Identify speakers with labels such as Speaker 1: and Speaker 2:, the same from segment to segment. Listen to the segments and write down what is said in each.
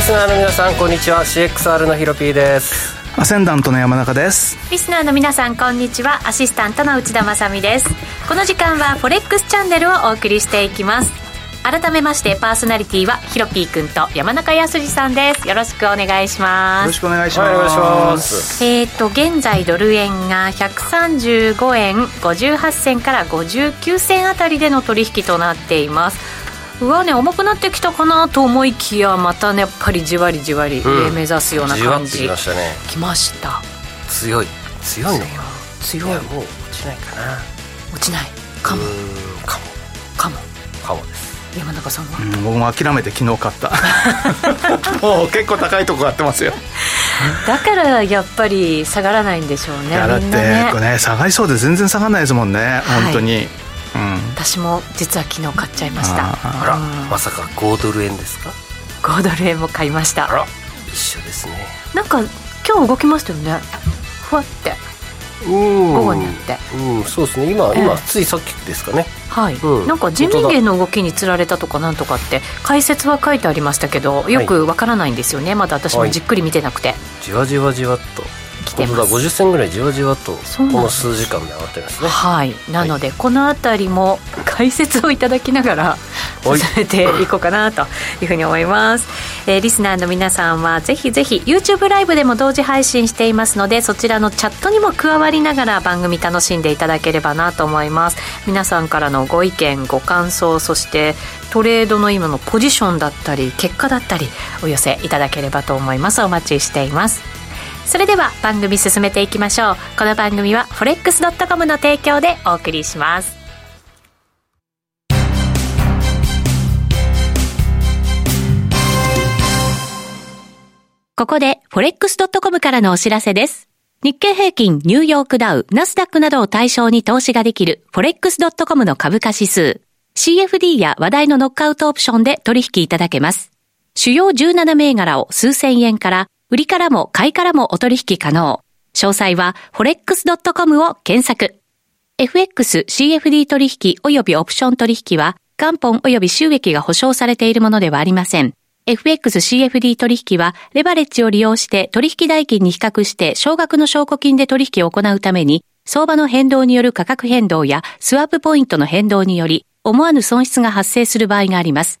Speaker 1: スナーの皆さんこんにちは CXR のヒロピーです
Speaker 2: アセンダントの山中です
Speaker 3: リスナーの皆さんこんにちはアシスタントの内田まさみですこの時間はフォレックスチャンネルをお送りしていきます改めましてパーソナリティはヒロピーくんと山中康さんですよろしくお願いし
Speaker 2: よ
Speaker 3: ま
Speaker 2: ろ
Speaker 3: す
Speaker 2: しくお願いし
Speaker 1: はいお願いしま
Speaker 2: ますす
Speaker 3: えー、と現在ドル円が135円58銭から59銭あたりでの取引となっていますうわね重くなってきたかなと思いきやまたねやっぱりじわりじわり
Speaker 1: うん
Speaker 3: 上目指すような
Speaker 1: じわっ
Speaker 3: 感
Speaker 1: とき
Speaker 3: じ、
Speaker 1: ましたね
Speaker 3: きました
Speaker 1: 強い強いのか
Speaker 3: 強
Speaker 1: ないやもう落ちないかな
Speaker 3: 落ちないかも
Speaker 1: うーんかも
Speaker 3: かも
Speaker 1: かもです
Speaker 3: 山中さんは、
Speaker 2: うん僕も諦めて昨日買った もう結構高いとこ買ってますよ
Speaker 3: だからやっぱり下がらないんでしょうね
Speaker 2: いやだっ
Speaker 3: み
Speaker 2: て
Speaker 3: んなね
Speaker 2: これね下がりそうで全然下がらないですもんね
Speaker 3: い
Speaker 2: 本当に、うん
Speaker 3: 私も実は昨日買っちゃいました
Speaker 2: あー
Speaker 1: あら
Speaker 3: うん
Speaker 1: まさか5ドル円ですか
Speaker 3: 5ドル円も買いまし
Speaker 1: あ
Speaker 3: た
Speaker 1: ら一緒ですね
Speaker 3: なんか今日動きましたよねふわって
Speaker 1: うーん
Speaker 3: 午後になって
Speaker 1: うんそうですね今
Speaker 3: ええ
Speaker 1: 今ついさっきですかね
Speaker 3: はい、
Speaker 1: うん
Speaker 3: なんか人民元の動きにつられたとかなんとかって解説は書いてありましたけどよくわからないんですよね、まだ私もじっくり見てなくて、
Speaker 1: じわじわじわっと
Speaker 3: 来てます
Speaker 1: 本当だ50銭ぐらいじわじわっとこ
Speaker 3: そうなん
Speaker 1: の
Speaker 3: です
Speaker 1: 数時間で上がってますね
Speaker 3: はい、なので、この辺りも解説をいただきながら
Speaker 1: はい
Speaker 3: 進めていこうかなというふうに思います、えーリスナーの皆さんはぜひぜひ YouTube ライブでも同時配信していますのでそちらのチャットにも加わりながら番組楽しんでいただければなと思います皆さんからのご意見ご感想そしてトレードの今のポジションだったり結果だったりお寄せいただければと思いますお待ちしていますそれでは番組進めていきましょうこの番組は forex.com の提供でお送りしますここで forex.com からのお知らせです。日経平均、ニューヨークダウ、ナスダックなどを対象に投資ができる forex.com の株価指数。CFD や話題のノックアウトオプションで取引いただけます。主要17銘柄を数千円から、売りからも買いからもお取引可能。詳細は forex.com を検索。FX、CFD 取引及びオプション取引は、元本及び収益が保証されているものではありません。FX、CFD 取引は、レバレッジを利用して取引代金に比較して、少額の証拠金で取引を行うために、相場の変動による価格変動や、スワップポイントの変動により、思わぬ損失が発生する場合があります。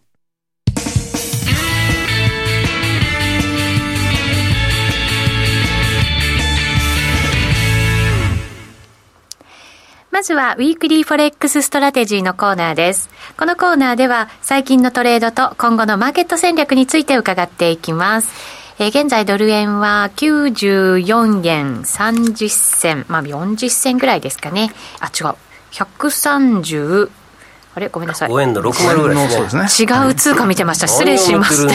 Speaker 3: まずは、ウィークリーフォレックスストラテジーのコーナーです。このコーナーでは、最近のトレードと今後のマーケット戦略について伺っていきます。えー現在ドル円は94円30銭、まあ40銭ぐらいですかね。あ、違う。130、あれごめんなさい。
Speaker 1: 5円の60ぐらいです
Speaker 2: そう
Speaker 1: ね
Speaker 2: ですね
Speaker 3: 違う通貨見てました。失礼しました。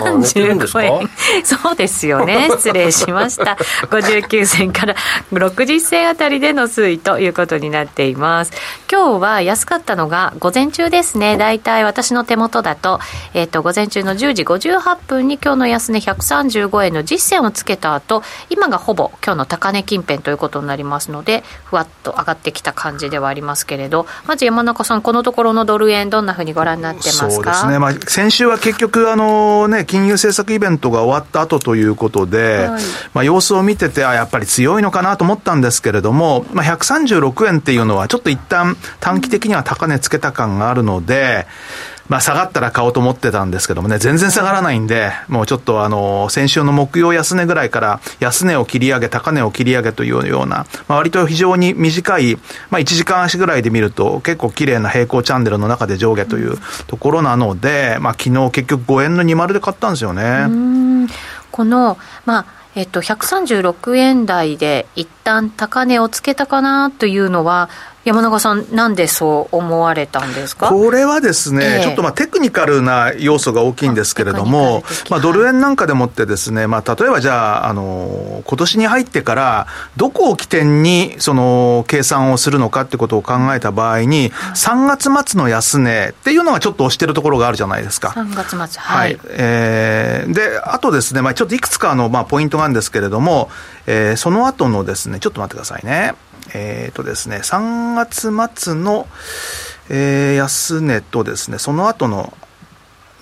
Speaker 1: 何を見てるんですか寝てるんですか
Speaker 3: 135円。 そうですよね。失礼しました。59銭から60銭あたりでの推移ということになっています。今日は安かったのが午前中ですね。だいたい私の手元だと、えっ、と、午前中の10時58分に今日の安値135円の実践をつけた後、今がほぼ今日の高値近辺ということになりますので、ふわっと上がってきた感じではありますけれど、まず山中さん、このところのドル円、どんなふうにご覧になってますか
Speaker 2: そうですね、まあ、先週は結局あの、ね、金融政策イベントが終わった後ということで、
Speaker 3: はい
Speaker 2: まあ、様子を見てて、あやっぱり強いのかなと思ったんですけれども、まあ、136円っていうのは、ちょっと一旦短期的には高値つけた感があるので、まあ、下がったら買おうと思ってたんですけどもね、全然下がらないんで、もうちょっとあの先週の木曜安値ぐらいから、安値を切り上げ、高値を切り上げというような、まあ、割と非常に短い、まあ、1時間足ぐらいで見ると、結構綺麗な平行チャンネルの中で上下というところなので、まあ昨日結局5円の20で買ったんですよね。
Speaker 3: この、まあ、えっと、136円台で一旦高値をつけたかなというのは、山中さん、なんでそう思われたんですか
Speaker 2: これはですね、
Speaker 3: ええ
Speaker 2: ちょっとまあテクニカルな要素が大きいんですけれども
Speaker 3: あテクニカル、的
Speaker 2: まあ、
Speaker 3: はい
Speaker 2: ドル円なんかでもってですね、まあ、例えばじゃあ、あの、今年に入ってから、どこを起点に、その、計算をするのかってことを考えた場合に、3月末の安値っていうのがちょっと押してるところがあるじゃないですか。
Speaker 3: 3月末、
Speaker 2: は
Speaker 3: はいい。
Speaker 2: えーで、あとですね、まあ、ちょっといくつかの、まあ、ポイントがあるんですけれども、えーその後のですね、ちょっと待ってくださいね。えっ、とですね、3月末の、えー安値とですね、その後の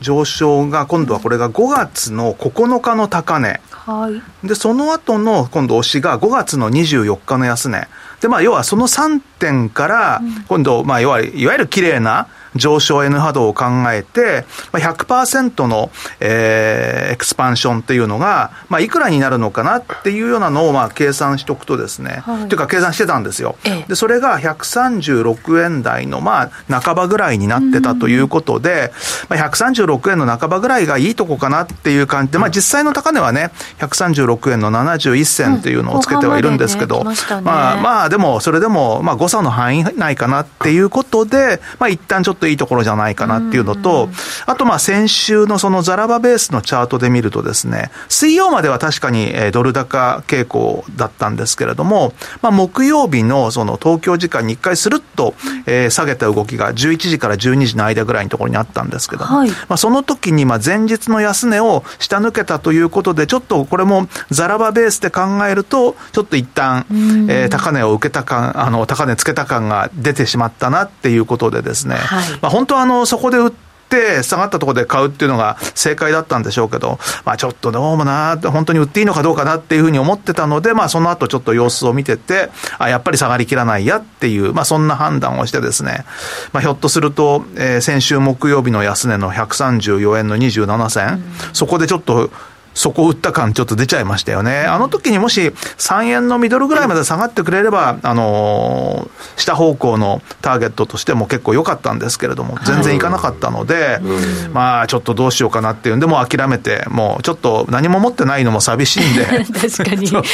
Speaker 2: 上昇が、今度はこれが5月の9日の高値。
Speaker 3: はい。
Speaker 2: で、その後の今度押しが5月の24日の安値。で、まあ、要はその3点から、今度、まあ、要は、いわゆる綺麗な上昇 N 波動を考えて、まあ、100%の、えーエクスパンションっていうのが、まあ、いくらになるのかなっていうようなのを、まあ、計算しておくとですね、
Speaker 3: はい
Speaker 2: というか、計算してたんですよ。
Speaker 3: ええ
Speaker 2: で、それが136円台の、まあ、半ばぐらいになってたということで、まあ、136円の半ばぐらいがいいとこかなっていう感じで、まあ、実際の高値はね、136円の71銭というのをつけてはいるんですけど、
Speaker 3: うん後半
Speaker 2: ま
Speaker 3: までね来ました
Speaker 2: あ、
Speaker 3: ね
Speaker 2: まあ、でも、それでも、まあ、誤差の範囲内かなっていうことで、まあ、一旦ちょっといいところじゃないかなっていうのと、あと、まあ、先週のそのザラバベースのチャートで見るとですね、水曜までは確かにえードル高傾向だったんですけれども、まあ、木曜日のその東京時間に一回するっと、えー下げた動きが11時から12時の間ぐらいのところにあったんですけども、
Speaker 3: はい
Speaker 2: まあ、その時にまあ前日の安値を下抜けたということで、ちょっとこれもザラバベースで考えると、ちょっと一旦、えー高値を受けた感、あの、高値つけた感が出てしまったなっていうことでですね、
Speaker 3: はい
Speaker 2: まあ、本当はあの、そこで売って、下がったところで買うっていうのが正解だったんでしょうけど、まあ、ちょっとどうもな、本当に売っていいのかどうかなっていうふうに思ってたので、まあ、その後ちょっと様子を見てて、あやっぱり下がりきらないやっていう、まあ、そんな判断をしてですね、まあ、ひょっとすると、えー先週木曜日の安値の134円の27銭、そこでちょっと、そこを打った感ちょっと出ちゃいましたよね。あの時にもし3円のミドルぐらいまで下がってくれれば、あのー下方向のターゲットとしても結構良かったんですけれども、全然いかなかったので、まあちょっとどうしようかなっていうんで、もう諦めて、もうちょっと何も持ってないのも寂しいんで、
Speaker 3: 確かに。
Speaker 2: そう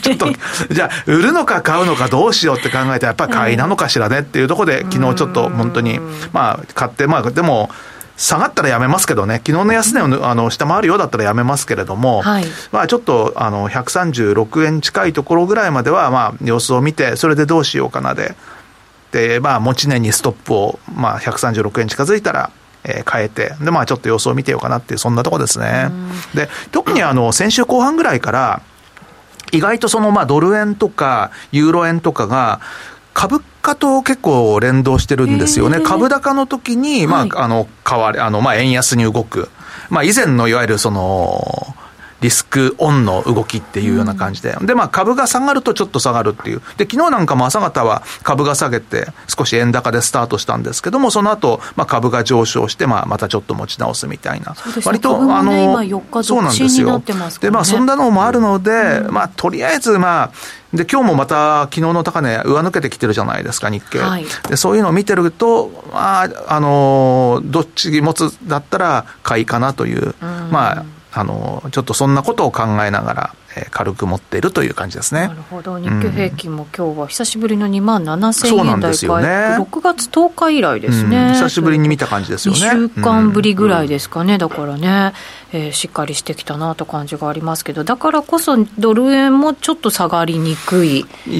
Speaker 2: ちょっと、じゃあ、売るのか買うのかどうしようって考えて、やっぱり買いなのかしらねっていうところで、昨日ちょっと本当に、まあ、買って、まあ、でも、下がったらやめますけどね、昨日の安値をあの下回るようだったらやめますけれども、
Speaker 3: はい
Speaker 2: まあちょっとあの136円近いところぐらいまでは、まあ、様子を見て、それでどうしようかなで、で、まあ、持ち値にストップを、まあ、136円近づいたら、えー変えて、で、まあ、ちょっと様子を見てようかなっていう、そんなとこですね。で、特にあの、先週後半ぐらいから、意外とその、まあ、ドル円とか、ユーロ円とかが、株価と結構連動してるんですよね。
Speaker 3: へー
Speaker 2: 株高の時に、まあ、
Speaker 3: はい
Speaker 2: あの、変わり、あの、まあ、円安に動く。まあ、以前のいわゆるその、リスクオンの動きっていうような感じで。で、まあ、株が下がるとちょっと下がるっていう。で、昨日なんかも朝方は株が下げて、少し円高でスタートしたんですけども、その後、まあ、株が上昇して、まあ、またちょっと持ち直すみたいな。
Speaker 3: うですね株もね今四日
Speaker 2: そうなんで
Speaker 3: 続
Speaker 2: す
Speaker 3: 伸にな
Speaker 2: よ
Speaker 3: ってます。からね
Speaker 2: で、まあ、そんなのもあるので、まあ、とりあえず、まあ、で、今日もまた昨日の高値上抜けてきてるじゃないですか、日経。
Speaker 3: はい
Speaker 2: でそういうのを見てると、まあ、あのーどっち持つだったら買いかなという、まあ、あのーちょっとそんなことを考えながら、えー軽く持っているという感じですね
Speaker 3: な。るほど日経平均も今日は久しぶりの2万7000
Speaker 2: そうな
Speaker 3: 円
Speaker 2: んで
Speaker 3: 台
Speaker 2: すよね
Speaker 3: 6月10日以来ですね、
Speaker 2: うん久しぶりに見た感じですよね
Speaker 3: 2週間ぶりぐらいですかね、だからね、えーしっかりしてきたなと感じがありますけどだからこそドル円もちょっと下がりにくい
Speaker 2: い流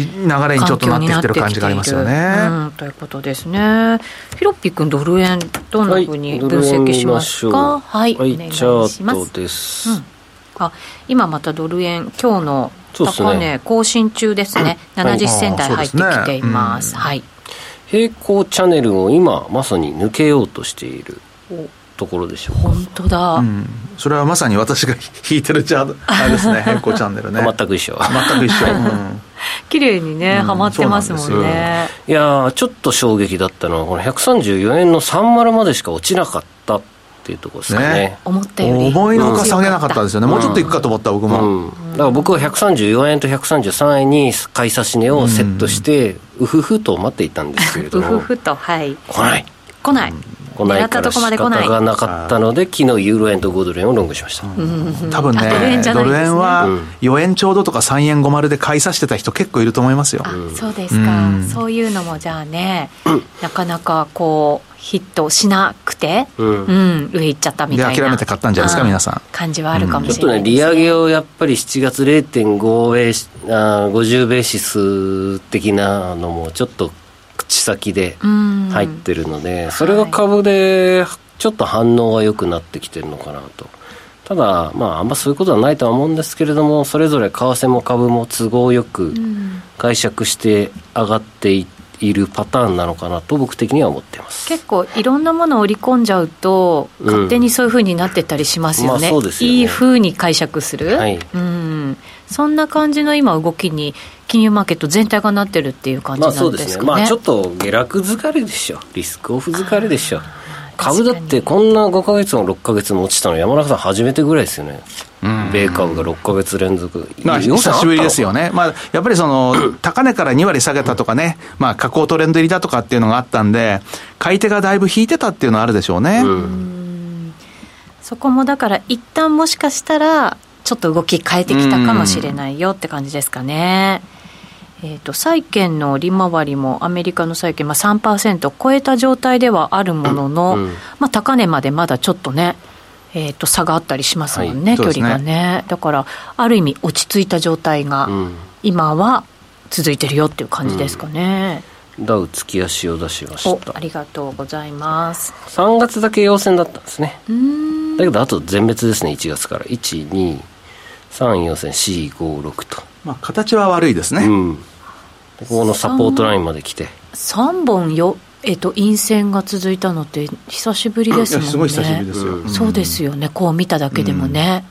Speaker 2: れにちょっと
Speaker 3: 環境
Speaker 2: なっ
Speaker 3: に
Speaker 2: てき
Speaker 3: なってて
Speaker 2: る
Speaker 3: きている
Speaker 2: 感じがありますよね。
Speaker 3: うん、ということですねヒロッピー君ドル円どんなふうに分析しますかはい、
Speaker 1: はい、
Speaker 3: お願い
Speaker 1: チャ
Speaker 3: しま
Speaker 1: ー
Speaker 3: す
Speaker 1: トです。
Speaker 3: うんあ今またドル円、今日の
Speaker 1: そうっすね
Speaker 3: 高値更新中ですね、
Speaker 1: はい
Speaker 3: 70銭台入ってきています。
Speaker 2: あ
Speaker 3: はい、
Speaker 1: 平行チャンネルを今、まさに抜けようとしているところでしょうか。
Speaker 3: 本当だ、
Speaker 2: うんそれはまさに私が引いてるチャート、あれ ですね、変更チャンネルね。
Speaker 1: 全く一緒。
Speaker 2: 全く一緒。うん
Speaker 3: 綺麗にね、
Speaker 2: うん
Speaker 3: はまってますも
Speaker 2: そうんな
Speaker 3: ね。
Speaker 1: いやー、ちょっと衝撃だったのは、この134円の30までしか落ちなかったっていうところですかね
Speaker 2: ね。
Speaker 3: 思ったより
Speaker 2: 思いのほか下げなかったですよね。
Speaker 1: うん
Speaker 2: もうちょっといくかと思った僕も。
Speaker 1: うん、だから僕は134円と133円に買い差し値をセットして、うふふと待っていたんですけれど
Speaker 3: うふ
Speaker 1: も、
Speaker 3: ふと、はい、
Speaker 1: 来ない
Speaker 3: 来ない、
Speaker 1: 来ないから仕方がなかったので、昨日ユーロ円と5ドル円をロングしました。
Speaker 2: 多分
Speaker 3: あドル円
Speaker 2: ね
Speaker 3: じゃな
Speaker 2: ド
Speaker 3: いんで
Speaker 2: ル
Speaker 3: すね
Speaker 2: 円は4円ちょうどとか3円50で買いさしてた人結構いると思いますよ。
Speaker 3: あそうですか、
Speaker 2: うん
Speaker 3: そういうのもじゃあね、なかなかこうヒットしなくて、
Speaker 1: うん
Speaker 3: うん、上行っちゃったみたいな
Speaker 2: で諦めて買ったんじゃないですか
Speaker 3: う
Speaker 2: 皆さん
Speaker 3: 感じはあるかも
Speaker 1: ちょっ
Speaker 3: しれ
Speaker 1: と
Speaker 3: な
Speaker 1: ね、
Speaker 3: い
Speaker 1: 利
Speaker 3: ですね、
Speaker 1: 上げをやっぱり7月0.5ベーシあー50ベーシス的なのもちょっと口先で
Speaker 3: うん
Speaker 1: 入ってるので、それが株でちょっと反応が良くなってきてるのかなと。ただ、まあ、あんまそういうことはないとは思うんですけれども、それぞれ為替も株も都合よく
Speaker 3: うん
Speaker 1: 解釈して上がっていいるパターンなのかなと僕的には思っています。
Speaker 3: 結構いろんなものを織り込んじゃうと
Speaker 1: うん
Speaker 3: 勝手にそういうふうになってったりしますよね,、
Speaker 1: まあそうですよね
Speaker 3: いいふうに解釈する、
Speaker 1: はい
Speaker 3: うん、そんな感じの今動きに金融マーケット全体がなってるっていう感じ
Speaker 1: ま
Speaker 3: な
Speaker 1: あそ
Speaker 3: ん
Speaker 1: うで
Speaker 3: ですす
Speaker 1: ね
Speaker 3: かね,、
Speaker 1: まあちょっと下落疲れでしょリスクオフ疲れでしょ株だってこんな5か月も6か月も落ちたの山中さん初めてぐらいですよね、米株が6か月連続
Speaker 2: まあ、
Speaker 1: 日本さん
Speaker 2: 久しぶりです
Speaker 1: あ
Speaker 2: よ
Speaker 1: っ
Speaker 2: ね、まあ、やっぱりその高値から2割下げたとかね、まあ、下降トレンド入りだとかっていうのがあったんで、買い手がだいぶ引いてたっていうのはあるでしょうね。
Speaker 1: たのかうん
Speaker 3: そこもだから一旦もしかしたらちょっと動き変えてきたかもしれないよって感じですかね。えー、と債券の利回りもアメリカの債券、まあ、3%超えた状態ではあるものの、
Speaker 1: うん
Speaker 3: まあ、高値までまだちょっとね、えー、と差があったりしますもんね、
Speaker 2: はいそう
Speaker 3: 距
Speaker 2: ですね
Speaker 3: 離がねだからある意味落ち着いた状態が
Speaker 1: うん
Speaker 3: 今は続いてるよっていう感じですかね、
Speaker 1: ダウ突き足を出しまし
Speaker 3: お
Speaker 1: た
Speaker 3: ありがとうございます
Speaker 1: 3月だけ陽線だったんですね
Speaker 3: うーん
Speaker 1: だけどあと全滅ですね1月から123陽線456と、
Speaker 2: まあ、形は悪いですね。
Speaker 1: うんでここのサポートラインまで来て
Speaker 3: 3本よ、えっと陰線が続いたのって久しぶりですもん
Speaker 2: い
Speaker 3: ね
Speaker 2: やすごい久しぶりですよ。
Speaker 1: うん
Speaker 3: そうですよねこう見ただけでもね、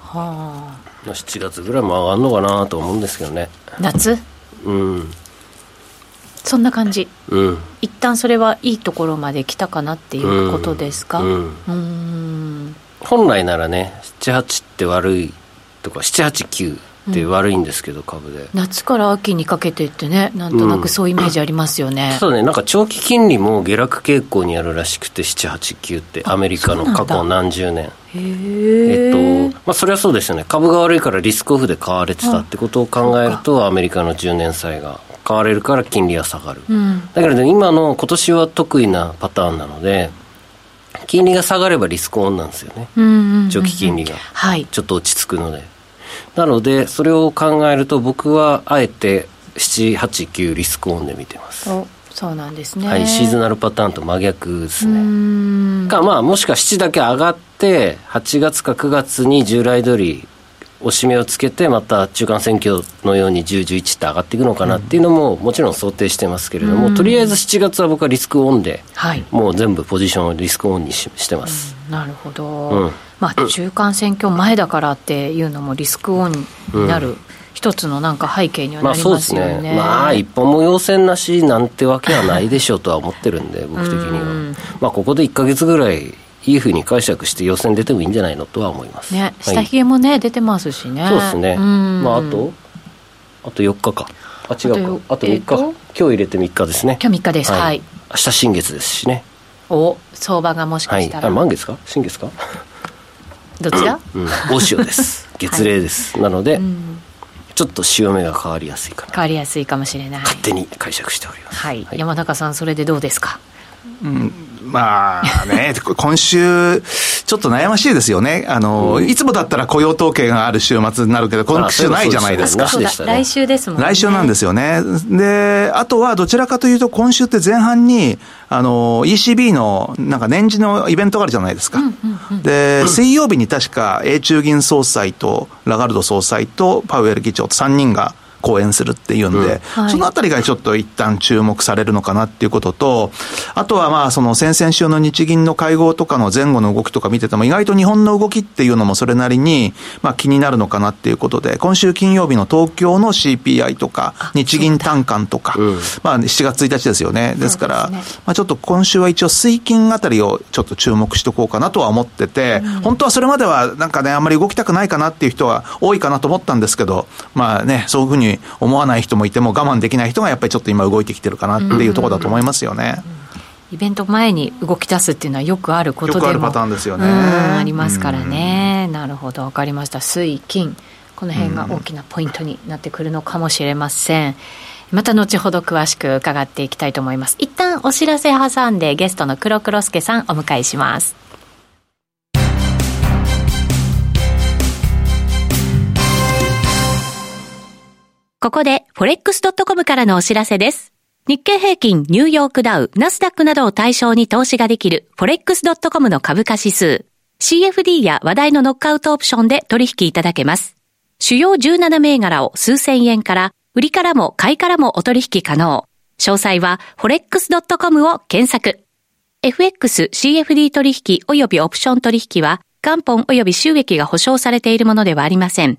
Speaker 3: は
Speaker 1: 7月ぐらいも上がるのかなと思うんですけどね
Speaker 3: あ夏
Speaker 1: うん
Speaker 3: そんな感じ
Speaker 1: うん
Speaker 3: 一旦それはいいところまで来たかなっていうことですか
Speaker 1: うん
Speaker 3: う
Speaker 1: うん
Speaker 3: ーん
Speaker 1: 本来ならね78って悪いとか789って悪いんですけど、株で
Speaker 3: 夏から秋にかけてってねなんとなくそういうイメージありますよね、
Speaker 1: ただねなんか長期金利も下落傾向にあるらしくて789ってアメリカの
Speaker 3: そうなんだ
Speaker 1: 過去何十年
Speaker 3: へ
Speaker 1: えっと
Speaker 3: え
Speaker 1: まあ、それはそうですよね株が悪いからリスクオフで買われてたってことを考えると、アメリカの10年債が買われるから金利は下がる、
Speaker 3: うん
Speaker 1: だけどね今の今年は得意なパターンなので金利が下がればリスクオンなんですよね
Speaker 3: うんうんうん
Speaker 1: 長期金利が
Speaker 3: はい
Speaker 1: ちょっと落ち着くのでなのでそれを考えると僕はあえて789リスクオンで見てます、
Speaker 3: おそうなんですね
Speaker 1: はい、シーズナルパターンと真逆です
Speaker 3: う
Speaker 1: ね、
Speaker 3: ーん
Speaker 1: かまあもしか7だけ上がって8月か9月に従来通りおしめをつけてまた中間選挙のように1011って上がっていくのかなっていうのももちろん想定してますけれども、とりあえず7月は僕はリスクオンで
Speaker 3: はい
Speaker 1: もう全部ポジションをリスクオンにししてます、
Speaker 3: なるほど、
Speaker 1: うん
Speaker 3: まあ、中間選挙前だからっていうのもリスクオンになる、一つのなんか背景には
Speaker 1: ま
Speaker 3: な
Speaker 1: あ
Speaker 3: り
Speaker 1: そう
Speaker 3: ま
Speaker 1: です
Speaker 3: すよね,、
Speaker 1: ねまあ一本も要線なしなんてわけはないでしょうとは思ってるん で僕的に
Speaker 3: うん
Speaker 1: はまあここで1か月ぐらいいいふうに解釈して要線出てもいいんじゃないのとは思います
Speaker 3: ね下
Speaker 1: はい
Speaker 3: 髭もね出てますしね
Speaker 1: そうですね、
Speaker 3: ん
Speaker 1: まああとあと4日かあ違
Speaker 3: あと
Speaker 1: う
Speaker 3: よ
Speaker 1: かあと3日、
Speaker 3: えーと
Speaker 1: 今日入れて3日ですね
Speaker 3: 今日3日ですはい、
Speaker 1: 明日新月ですしね
Speaker 3: お相場がもしか
Speaker 1: は
Speaker 3: し
Speaker 1: い
Speaker 3: た
Speaker 1: あ
Speaker 3: ら、
Speaker 1: 満月か新月か
Speaker 3: どっちだ、
Speaker 1: うん大潮です月齢です、なので、
Speaker 3: うん、
Speaker 1: ちょっと潮目が変わりやすいかな
Speaker 3: 変わりやすいかもしれない
Speaker 1: 勝手に解釈しております
Speaker 3: はい、
Speaker 1: はい
Speaker 3: 山中さんそれでどうですか
Speaker 2: まあね、 今週、ちょっと悩ましいですよね。あの、いつもだったら雇用統計がある週末になるけど、今週ないじゃないですか
Speaker 1: な。しでしたね
Speaker 3: そうだ来週ですもんね
Speaker 2: 来週なんですすよね。で、あとはどちらかというと、今週って前半に、あの、ECB の、なんか年次のイベントがあるじゃないですか。で、水曜日に確か、英中銀総裁と、ラガルド総裁と、パウエル議長と3人が、講演するっていうんで、
Speaker 3: はい
Speaker 2: そのあたりがちょっと一旦注目されるのかなっていうことと、あとはまあその先々週の日銀の会合とかの前後の動きとか見てても意外と日本の動きっていうのもそれなりにまあ気になるのかなっていうことで、今週金曜日の東京の CPI とか日銀短観とか、まあ7月1日ですよね。ですから、
Speaker 3: そうですね
Speaker 2: まあ、ちょっと今週は一応、水金あたりをちょっと注目しておこうかなとは思ってて、本当はそれまではなんかね、あんまり動きたくないかなっていう人は多いかなと思ったんですけど、まあね、そういうふうに思わない人もいても、我慢できない人がやっぱりちょっと今、動いてきてるかなっていうところだと思いますよね。
Speaker 3: イベント前に動き出すっていうのはよくあることでも
Speaker 2: よくあるパターンですよね
Speaker 3: うんありますからね、なるほど分かりました水金この辺が大きなポイントになってくるのかもしれません、また後ほど詳しく伺っていきたいと思います一旦お知らせ挟んでゲストの黒黒助さんお迎えします
Speaker 4: ここで forex.com からのお知らせです。日経平均、ニューヨークダウ、ナスダックなどを対象に投資ができる forex.com の株価指数。CFD や話題のノックアウトオプションで取引いただけます。主要17銘柄を数千円から、売りからも買いからもお取引可能。詳細は forex.com を検索。FX、CFD 取引及びオプション取引は、元本及び収益が保証されているものではありません。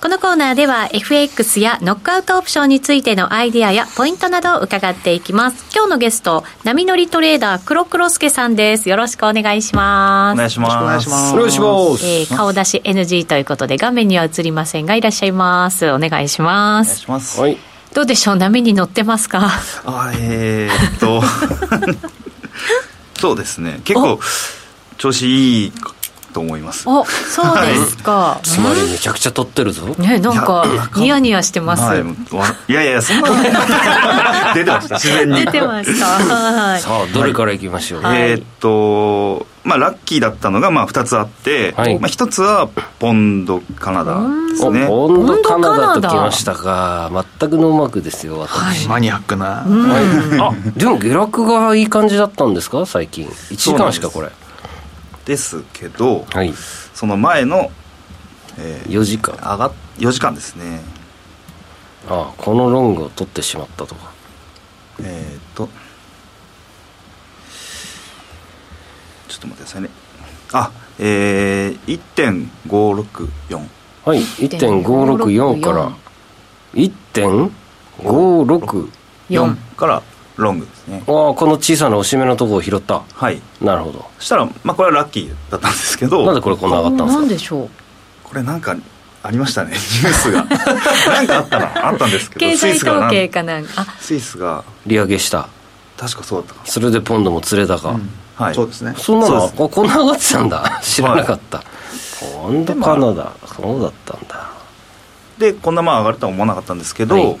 Speaker 3: このコーナーでは FX やノックアウトオプションについてのアイディアやポイントなどを伺っていきます。今日のゲスト、波乗りトレーダー黒黒助さんです。よろしくお願いします。
Speaker 5: お願いします。
Speaker 2: お願いします
Speaker 1: お願いします、
Speaker 3: えー顔出し NG ということで画面には映りませんがいらっしゃいますお願いしま
Speaker 5: お願い
Speaker 3: す
Speaker 5: します。
Speaker 1: はい
Speaker 3: どうでしょう波に乗ってますか
Speaker 5: あ、えー、っと、 そうですね。結構、調子いいと思います。
Speaker 3: おそうですか、
Speaker 1: つまりめちゃくちゃ取ってるぞ
Speaker 3: ねなんかニヤニヤしてます、
Speaker 5: はいわいやいや、そんな出てました、自然に。
Speaker 3: 出てました はい
Speaker 1: さあどれからいきましょう、
Speaker 3: はい
Speaker 5: えーっと、まあ、ラッキーだったのが、まあ、2つあって、
Speaker 1: はい
Speaker 5: まあ、1つは、ポンド、カナダです
Speaker 1: お
Speaker 5: ね。
Speaker 1: 今度カナダ
Speaker 3: 今度カナ
Speaker 1: と
Speaker 3: ダ
Speaker 1: きましたか全くノーマークですよ私、
Speaker 2: マニアックな、
Speaker 1: あでも下落がいい感じだったんですか最近1時間しかこれ
Speaker 5: ですけど、
Speaker 1: はい
Speaker 5: その前の、えー
Speaker 1: 4時間あ
Speaker 5: 上が4時間ですね。
Speaker 1: あこのロングを取ってしまったとか
Speaker 5: えー、っとちょっと待ってくださいねあえー、1.564
Speaker 1: はい
Speaker 3: 1.564
Speaker 1: 1.564から1.564
Speaker 3: 4
Speaker 5: からロングですね
Speaker 1: ああこの小さな押し目のとこを拾った
Speaker 5: はい
Speaker 1: なるほど
Speaker 5: そしたら、まあ、これはラッキーだったんですけど
Speaker 1: なんでこれこんな上がったんです
Speaker 3: な
Speaker 1: か
Speaker 3: んでしょう
Speaker 5: これなんかありましたねニュースがなんかあったなあったんですけど
Speaker 3: 経済
Speaker 5: スイスがな
Speaker 3: 統
Speaker 5: ん
Speaker 3: 計かなんかあ
Speaker 5: スイスが
Speaker 1: 利上げした
Speaker 5: 確かそうだったか
Speaker 1: それでポンドも釣れたか、
Speaker 5: なはい
Speaker 2: そうですね
Speaker 1: そんな
Speaker 5: そう
Speaker 1: の
Speaker 5: です
Speaker 1: ここんな上がってたんだ 知らなかった、今度カナダそうだったんだ
Speaker 5: でこんなまあ上がるとは思わなかったんですけど、
Speaker 1: はい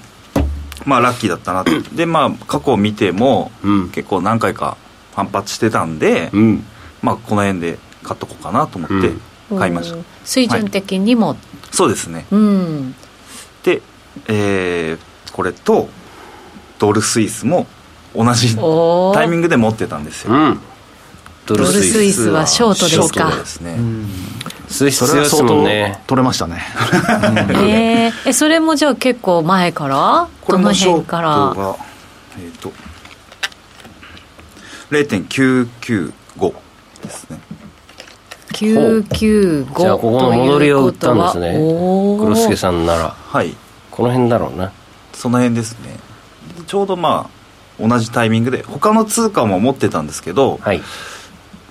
Speaker 5: まあラッキーだったなと でまあ過去を見ても、
Speaker 1: うん
Speaker 5: 結構何回か反発してたんで、
Speaker 1: うん
Speaker 5: まあこの辺で買っとこうかなと思って買いました、
Speaker 3: うん水準的にも、
Speaker 5: そうですね
Speaker 3: うん
Speaker 5: でえーこれとドルスイスも同じ
Speaker 3: おお
Speaker 5: タイミングで持ってたんですよ
Speaker 1: うんド
Speaker 3: ドルスイスはショートですか
Speaker 5: ショートですね、
Speaker 1: スイス
Speaker 2: それ
Speaker 1: 強い
Speaker 2: は
Speaker 1: です
Speaker 2: 相
Speaker 1: も
Speaker 2: 当
Speaker 1: んね
Speaker 2: 取れましたね
Speaker 3: えーえそれもじゃあ結構前から
Speaker 5: これ
Speaker 3: どの
Speaker 5: もショー
Speaker 3: 辺
Speaker 5: ト
Speaker 3: から
Speaker 5: がえっ、ー、と0.995ですね
Speaker 3: 995
Speaker 1: じゃあここの戻りを売ったんですね黒助
Speaker 3: ん
Speaker 1: さんなら
Speaker 5: はい
Speaker 1: この辺だろうな
Speaker 5: その辺ですねでちょうどまあ同じタイミングで他の通貨も持ってたんですけど、
Speaker 1: はい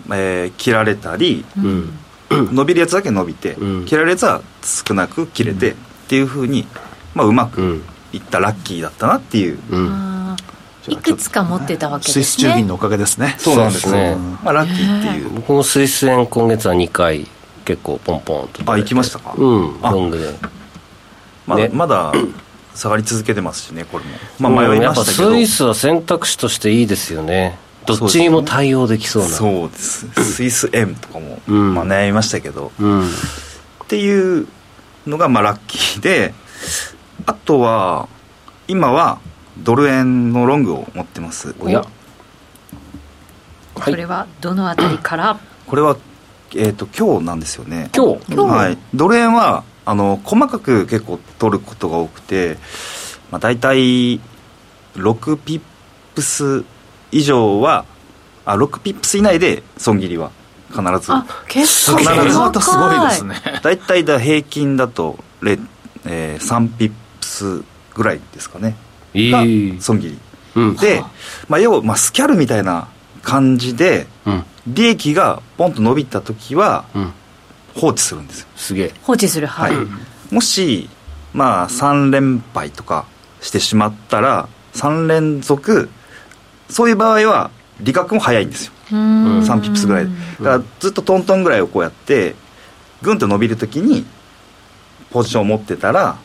Speaker 5: えー切られたり
Speaker 1: うん
Speaker 5: 伸びるやつだけ伸びて、
Speaker 1: うん
Speaker 5: 切られるやつは少なく切れて、っていうふうに、まあ、うま
Speaker 1: う
Speaker 5: く
Speaker 1: ん
Speaker 5: いったラッキーだったなっていう、
Speaker 1: うん
Speaker 3: いくつか持ってたわけですね
Speaker 2: スイス中銀のおかげですね
Speaker 1: そうなんですね
Speaker 5: まあ、ラッキーっていう、
Speaker 1: 僕もスイス円今月は2回結構ポンポンと
Speaker 5: あ行きましたか、
Speaker 1: うん
Speaker 5: あ
Speaker 1: ロングで
Speaker 5: まだ
Speaker 1: ね
Speaker 5: まだ下がり続けてますしねこれもまあ迷いましたけど、
Speaker 1: うんやっぱスイスは選択肢としていいですよねどっちにも対応できそうな
Speaker 5: そうですスイス円とかも、
Speaker 1: うん
Speaker 5: まあ、悩みましたけど、
Speaker 1: うん
Speaker 5: っていうのがまあラッキーであとは今はドル円のロングを持ってます
Speaker 1: おやはい
Speaker 3: これはどのあたりから
Speaker 5: これは、えー、と今日なんですよね
Speaker 1: 今日
Speaker 3: 今日
Speaker 5: はい、ドル円はあの細かく結構取ることが多くて、まあ、大体6ピップス以上はあ6ピップス以内で損切りは必ず
Speaker 3: あ結構
Speaker 5: すげえ
Speaker 3: 細か
Speaker 2: またすごいですね
Speaker 5: 大体だ平均だと、れえー3ピップスぐらいですかね
Speaker 1: い
Speaker 5: が
Speaker 1: い
Speaker 5: 損切り
Speaker 1: うん
Speaker 5: で、まあ、要は、まあ、スキャルみたいな感じで
Speaker 1: うん
Speaker 5: 利益がポンと伸びた時は
Speaker 1: うん
Speaker 5: 放置するんですよ
Speaker 1: すげえ
Speaker 3: 放置するは、
Speaker 5: はいい、もし、まあ、3連敗とかしてしまったら3連続そういう場合は利確も早いんですよ
Speaker 3: うん
Speaker 5: 3ピップスぐらいでだからずっとトントンぐらいをこうやってぐんと伸びるときにポジションを持ってたら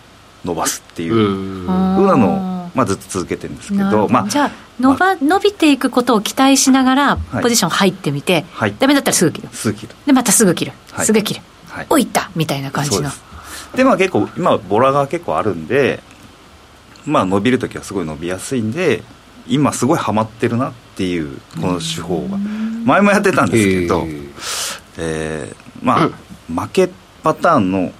Speaker 5: 伸ばすっていううふ
Speaker 1: ん
Speaker 3: うん
Speaker 5: うなのを、まあ、ずっと続けてるんですけ
Speaker 3: なるほ
Speaker 5: どま
Speaker 3: じゃ
Speaker 5: あ
Speaker 3: あ伸ば、伸びていくことを期待しながら
Speaker 5: はい
Speaker 3: ポジション入ってみて、
Speaker 5: はい
Speaker 3: ダメだったらすぐ切る
Speaker 5: 数切る
Speaker 3: でまたすぐ切る、
Speaker 5: はい
Speaker 3: すぐ切る
Speaker 5: はい
Speaker 3: おいったみたいな感じの
Speaker 5: そうですでまあ結構今ボラが結構あるんでまあ伸びる時はすごい伸びやすいんで今すごいハマってるなっていうこの手法が前もやってたんですけど、
Speaker 1: えー
Speaker 5: えーまあ負けパターンの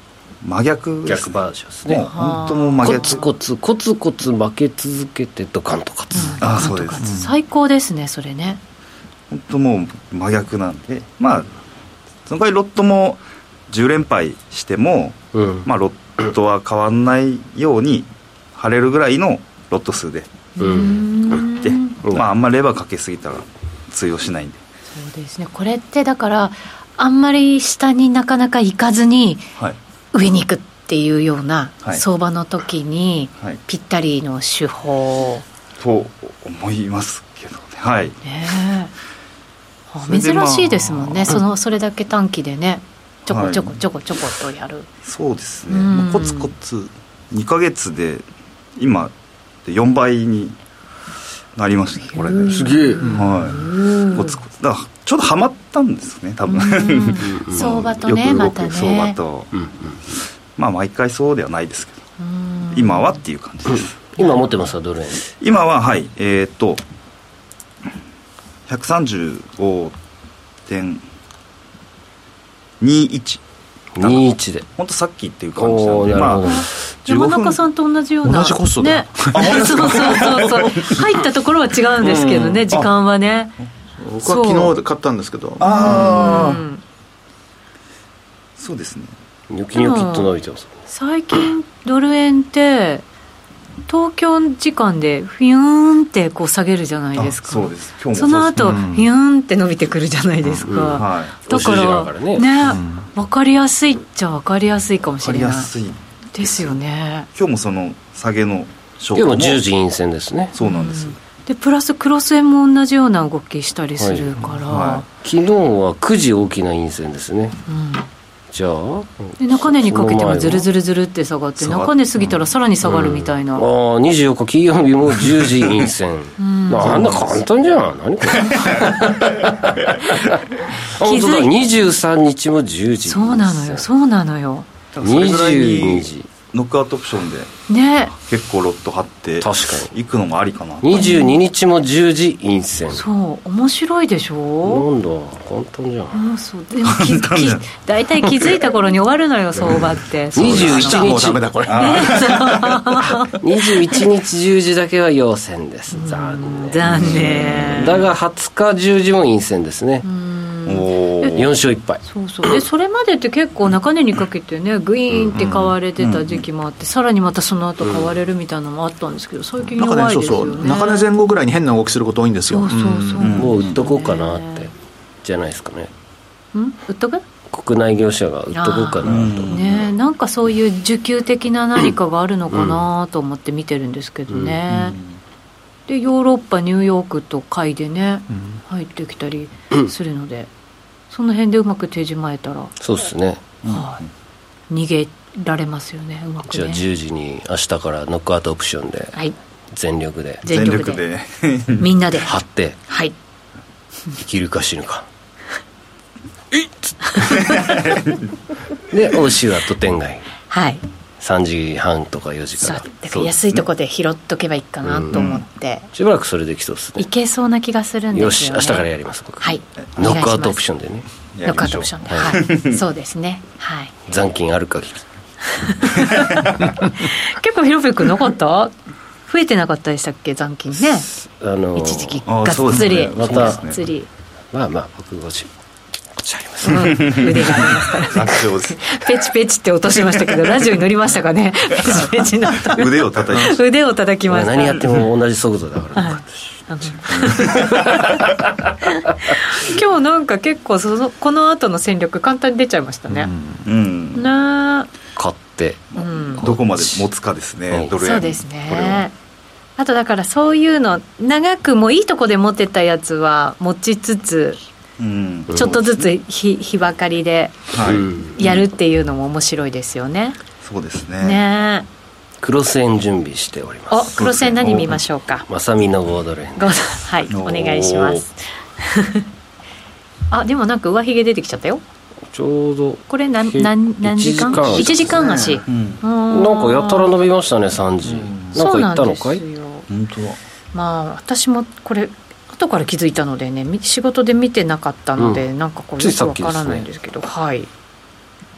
Speaker 5: 真逆で
Speaker 1: 逆
Speaker 5: すね
Speaker 1: バージョンです
Speaker 5: もう
Speaker 1: ね
Speaker 5: 本当もう真
Speaker 1: コ
Speaker 5: 逆
Speaker 1: ツコツコツコツ負け続けてドカンと勝つ、
Speaker 3: うん
Speaker 5: あそうです
Speaker 3: なんとか最高ですねそれね
Speaker 5: 本当もう真逆なんでまあその代わりロットも10連敗しても、
Speaker 1: うん
Speaker 5: まあ、ロットは変わんないように張れるぐらいのロット数で
Speaker 1: うん
Speaker 3: うん
Speaker 5: で、
Speaker 1: うん
Speaker 5: まああんまレバーかけすぎたら通用しないんで、
Speaker 3: そうですねこれってだからあんまり下になかなか行かずに
Speaker 5: はい
Speaker 3: 上に行くっていうような
Speaker 5: はい
Speaker 3: 相場の時に
Speaker 5: はい、
Speaker 3: ぴったりの手法
Speaker 5: と思いますけどねはい
Speaker 3: ねえ
Speaker 5: それでまあ
Speaker 3: 珍しいですもんねそのそれだけ短期でねちょこちょこ
Speaker 5: はい
Speaker 3: ちょこちょこっとや る、
Speaker 5: そうですね、
Speaker 3: うん
Speaker 5: まあコツコツ2か月で今4倍になりましたねこれで、
Speaker 1: すげえ
Speaker 5: はいコツコツだからちょうどハマったんですね多分、
Speaker 3: うん相場とね
Speaker 5: よく動
Speaker 3: ま
Speaker 5: く
Speaker 3: たね
Speaker 5: 相場と、
Speaker 1: うんうん
Speaker 5: まあ毎回そうではないですけど、
Speaker 3: うん
Speaker 5: 今はっていう感じです、
Speaker 1: 今持ってますかドル円
Speaker 5: 今ははいえーっと135.21
Speaker 1: 21で
Speaker 5: 本当さっきっていう感じな
Speaker 1: お
Speaker 5: の
Speaker 1: お
Speaker 5: で
Speaker 1: なる
Speaker 5: ま
Speaker 1: ほど、
Speaker 5: あ
Speaker 3: 山
Speaker 5: 15
Speaker 3: 中
Speaker 5: 分
Speaker 3: さんと同じような
Speaker 2: 同じコストだ
Speaker 3: ね そうそうそうそう入ったところは違うんですけどね、
Speaker 5: うん
Speaker 3: 時間はね
Speaker 2: 僕は
Speaker 3: そう
Speaker 2: 昨日買ったんですけど
Speaker 5: ああ、
Speaker 3: うん
Speaker 5: そうですね
Speaker 1: ニョキニョキっと伸びてます
Speaker 3: 最近ドル円って東京時間でフィューンってこう下げるじゃないですか
Speaker 5: あそうです今日
Speaker 3: そ
Speaker 5: も
Speaker 3: の
Speaker 5: うです
Speaker 3: 後、
Speaker 2: うん
Speaker 3: ビューンって伸びてくるじゃないですか、
Speaker 1: うんうん
Speaker 5: はい
Speaker 3: だ
Speaker 1: お
Speaker 3: か
Speaker 1: 尻だ
Speaker 3: ら
Speaker 1: からね
Speaker 3: ね
Speaker 2: うん
Speaker 3: 分かりやすいっちゃ分かりやすいかも
Speaker 5: 分
Speaker 3: し
Speaker 5: か
Speaker 3: れ
Speaker 5: り
Speaker 3: ない
Speaker 5: やすい
Speaker 3: ですよね
Speaker 5: 今日もその下げのショー
Speaker 1: 今
Speaker 5: ト
Speaker 1: 日
Speaker 5: も
Speaker 1: も10時陰線ですね
Speaker 5: そうなんですよ、
Speaker 3: でプラスクロス円も同じような動きしたりするから、
Speaker 5: は
Speaker 1: 昨日は9時大きな陰線ですね
Speaker 3: うん
Speaker 1: じゃあ
Speaker 3: で中値にかけてもズルズ
Speaker 1: ル
Speaker 3: ルズルって下がって
Speaker 5: 下がっ
Speaker 3: 中値過ぎたらさらに下がるみたいな、
Speaker 1: ああ24日金曜日も10時陰線
Speaker 3: ん
Speaker 1: なんだ簡単じゃん何これ あ本当だ
Speaker 3: 気づい
Speaker 1: 23日も10時陰線
Speaker 3: そうなのよそうなのよ
Speaker 5: だからそれぐらい
Speaker 1: 22
Speaker 5: に
Speaker 1: 時
Speaker 5: ノックアウトオプションで
Speaker 3: ね
Speaker 5: 結構ロット張って
Speaker 1: 確か
Speaker 5: 行くのもありかな
Speaker 1: 22日も10時陰線
Speaker 3: そう面白いでしょ、
Speaker 1: なんだ簡単じゃん
Speaker 3: うん、そうでも気づき大体気づいた頃に終わるのよ相場って
Speaker 1: 21日
Speaker 2: もうダメだこれ
Speaker 1: 21日10時だけは陽線です残念
Speaker 3: 残念
Speaker 1: だが20日10時も陰線ですね
Speaker 5: おー
Speaker 1: 4勝1敗
Speaker 3: そうそうでそれまでって結構中値にかけてねグイーンって買われてた時期もあってさらにまたその後買われるみたいなのもあったんですけど最近
Speaker 2: 中
Speaker 3: 弱
Speaker 2: 根
Speaker 3: い
Speaker 2: そう
Speaker 3: です
Speaker 2: そ
Speaker 3: よ
Speaker 2: う
Speaker 3: ね
Speaker 2: 中根前後ぐらいに変な動きすること多いんです
Speaker 3: そ
Speaker 2: よ
Speaker 3: うそうそう
Speaker 1: もう売っとこうかなってじゃないですかね
Speaker 3: うん売っとく
Speaker 1: 国内業者が売っとこうかなと
Speaker 3: ねなんかそういう需給的な何かがあるのかなと思って見てるんですけどねでヨーロッパニューヨークと買いでね
Speaker 2: ん
Speaker 3: 入ってきたりするのでその辺でうまく手締まえたら
Speaker 1: そうですね
Speaker 3: はい逃げられますよねうまく
Speaker 1: じゃあ
Speaker 3: ね
Speaker 1: 10時に明日からノックアウトオプションで
Speaker 3: はい
Speaker 1: 全力で
Speaker 3: 全
Speaker 5: 全
Speaker 3: 力
Speaker 5: 力
Speaker 3: で
Speaker 5: で
Speaker 3: みんなで
Speaker 1: 張って
Speaker 3: はい
Speaker 1: 生きるか死ぬか えっつってで欧州は都店街
Speaker 3: はい
Speaker 1: 3時半とか4時か
Speaker 3: そう
Speaker 1: ら
Speaker 3: だから安いとこで拾っとけばいいかなと思って、
Speaker 1: しばらくそれできそうですね
Speaker 3: いけそうな気がするんですよね
Speaker 1: よし明日からやります僕
Speaker 3: はい
Speaker 1: ノックアウトオプショ
Speaker 3: ン
Speaker 1: ンでね
Speaker 5: や
Speaker 3: ノック
Speaker 5: り
Speaker 3: ア
Speaker 5: ま
Speaker 3: ウ
Speaker 5: し
Speaker 3: ト
Speaker 5: ょ
Speaker 3: オ
Speaker 5: う
Speaker 3: プションでは い そうですねはい
Speaker 1: 残金ある限り
Speaker 3: 結構広ロくなかった 増えてなかったでしたっけ残金ね
Speaker 1: あの
Speaker 3: 一時期が
Speaker 5: あ
Speaker 3: っ
Speaker 5: ーそうで
Speaker 3: つ
Speaker 5: す
Speaker 3: り、
Speaker 5: ね
Speaker 1: また
Speaker 3: がっつり、
Speaker 1: まあまあ僕ごちごちあります
Speaker 3: うん、腕がありますから
Speaker 5: 楽勝です
Speaker 3: ペチペチって落としましたけどラジオに乗りましたかねペチペチの音
Speaker 5: 腕を叩い て
Speaker 3: 腕を叩きました
Speaker 1: 何やっても同じ速度だから、
Speaker 3: はいあの 今日なんか結構そのこの後の戦略簡単に出ちゃいましたね、
Speaker 5: うん
Speaker 3: な
Speaker 1: 買って
Speaker 3: あ、うん、
Speaker 5: どこまで持つかです
Speaker 1: はい
Speaker 5: ねドル円
Speaker 3: そうです
Speaker 5: これ
Speaker 3: ね
Speaker 5: は
Speaker 3: あとだからそういうの長くもういいとこで持ってたやつは持ちつつ
Speaker 5: うん
Speaker 3: ちょっとずつ日日ばかりで
Speaker 5: は
Speaker 1: うん
Speaker 5: い
Speaker 3: やるっていうのも面白いですよね、
Speaker 5: そうですね
Speaker 3: ねえ
Speaker 1: クロス円準備しており
Speaker 3: お
Speaker 1: ます
Speaker 3: 黒線何見ましょうか
Speaker 1: まさみのボードレーン
Speaker 3: ごはいお
Speaker 5: おー
Speaker 3: 願いします あでもなんか上髭出てきちゃったよ
Speaker 1: ちょうど
Speaker 3: これ何
Speaker 1: ひ
Speaker 3: 何何時間1
Speaker 1: 一
Speaker 3: 時
Speaker 1: 時
Speaker 3: 間足
Speaker 5: うん
Speaker 3: な
Speaker 1: なんかやたら伸びましたね3時なんか行ったのかい
Speaker 3: そうなんですよ
Speaker 5: 本当だ
Speaker 3: まあ私もこれ後から気づいたのでねみ仕事で見てなかったので、なんかこう
Speaker 1: つ
Speaker 3: よ
Speaker 1: い
Speaker 3: く
Speaker 1: さ
Speaker 3: わ
Speaker 1: っきです
Speaker 3: か
Speaker 1: ね
Speaker 3: らないんですけどはい、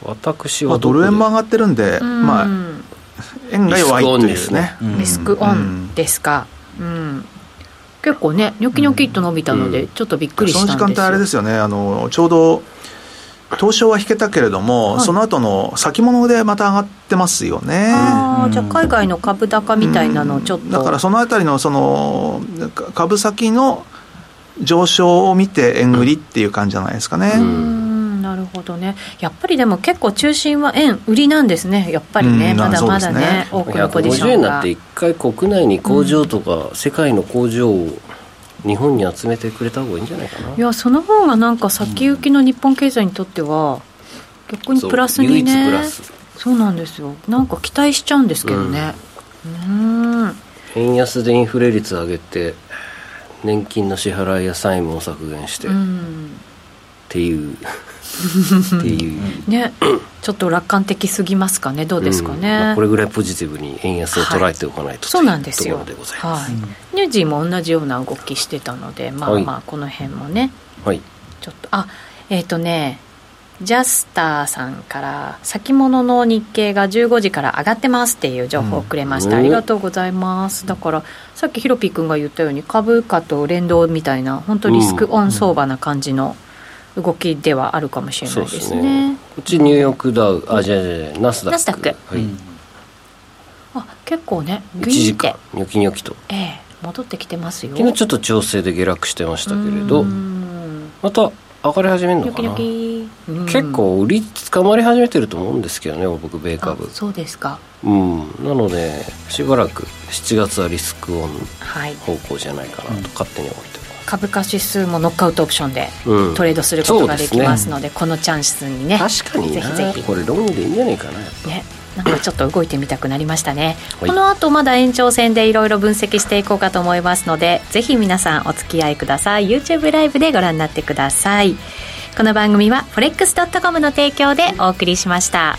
Speaker 1: 私
Speaker 2: ま
Speaker 1: は
Speaker 2: あ、ドル円も上がってるんで、
Speaker 3: うん
Speaker 2: まあ、円が弱いって
Speaker 1: リ
Speaker 2: い
Speaker 1: ス
Speaker 2: う
Speaker 1: クオンで
Speaker 2: ね
Speaker 1: す
Speaker 5: うん
Speaker 3: リスクオンですかうん、結構ねニョキニョキっと伸びたので、
Speaker 1: うん
Speaker 3: ちょっとびっくりし
Speaker 2: そ
Speaker 3: たん
Speaker 2: の
Speaker 3: です
Speaker 2: 時
Speaker 3: よ
Speaker 2: 間帯あれですよねあのちょうど東証は引けたけれども、
Speaker 3: はい
Speaker 2: その後の先物でまた上がってますよね
Speaker 3: あーじゃあ
Speaker 5: うん
Speaker 3: 海外の株高みたいなのをちょっと、
Speaker 2: うんだからそのあたりのそのか株先の上昇を見て円売りっていう感じじゃないですかね、
Speaker 1: う
Speaker 3: うー
Speaker 1: ん
Speaker 3: んなるほどねやっぱりでも結構中心は円売りなんですねやっぱりね、
Speaker 2: うん
Speaker 3: まだまだね
Speaker 2: そ
Speaker 3: 多くのポジシ
Speaker 1: 150
Speaker 3: ョ
Speaker 1: 円
Speaker 3: ン
Speaker 1: だっ
Speaker 3: が
Speaker 1: て一回国内に工場とか世界の工場を日本に集めてくれた方がいいんじゃないかない
Speaker 3: やその方がなんか先行きの日本経済にとっては逆にプラスに
Speaker 1: そう唯一プ
Speaker 3: ね
Speaker 1: ラス
Speaker 3: そうなんですよなんか期待しちゃうんですけどねうーん
Speaker 1: 円安でインフレ率上げて年金の支払いや債務を削減して、
Speaker 3: う
Speaker 1: っ
Speaker 3: ん
Speaker 1: ていう っていう、
Speaker 3: ねちょっと楽観的すぎますかねどうですかね、
Speaker 1: うんまあこれぐらいポジティブに円安を捉えておかないと、
Speaker 3: そうなんです
Speaker 1: という
Speaker 3: よ
Speaker 1: ところでございます、
Speaker 3: はい、ニュージーも同じような動きしてたのでまあ
Speaker 1: はい
Speaker 3: まあこの辺もね
Speaker 1: はい
Speaker 3: ちょっとあえっ、とねジャスターさんから先物の日経が15時から上がってますっていう情報をくれまし
Speaker 1: う
Speaker 3: た、
Speaker 1: ん
Speaker 3: ありがとうございますだからさっきヒロピー君が言ったように株価と連動みたいな本当リスクオン相場な感じの動きではあるかもしれないですね,、
Speaker 1: こっちニューヨークダウあじゃじゃじゃナスダック
Speaker 3: ナスダック
Speaker 1: はい、
Speaker 3: あ結構ねグイ
Speaker 1: 一
Speaker 3: ー
Speaker 1: 時
Speaker 3: ンって
Speaker 1: 間ニョキニョキと
Speaker 3: ええ戻ってきてますよ
Speaker 1: 昨日ちょっと調整で下落してましたけれど
Speaker 3: うん
Speaker 1: また上がり始める
Speaker 3: ニ
Speaker 1: の
Speaker 3: ョキ
Speaker 1: か
Speaker 3: ニ
Speaker 1: な
Speaker 3: ョキうん
Speaker 1: 結構売り捕まり始めてると思うんですけどね僕米
Speaker 3: あ
Speaker 1: 株
Speaker 3: そうですか
Speaker 1: うんなのでしばらく7月はリスクオン
Speaker 3: はい
Speaker 1: 方向じゃないかなと勝手に思っております
Speaker 3: 株価指数もノックアウトオプションで
Speaker 1: うん
Speaker 3: トレードすることができますので,、このチャンスにね
Speaker 1: 確かに
Speaker 3: ぜ
Speaker 1: な
Speaker 3: ひぜひ
Speaker 1: これロングでいいんじゃないかなやっぱ
Speaker 3: ねなんかちょっと動いてみたくなりましたね、
Speaker 1: はい
Speaker 3: この後まだ延長戦でいろいろ分析していこうかと思いますのでぜひ皆さんお付き合いください YouTube ライブでご覧になってくださいこの番組は forex.com の提供でお送りしました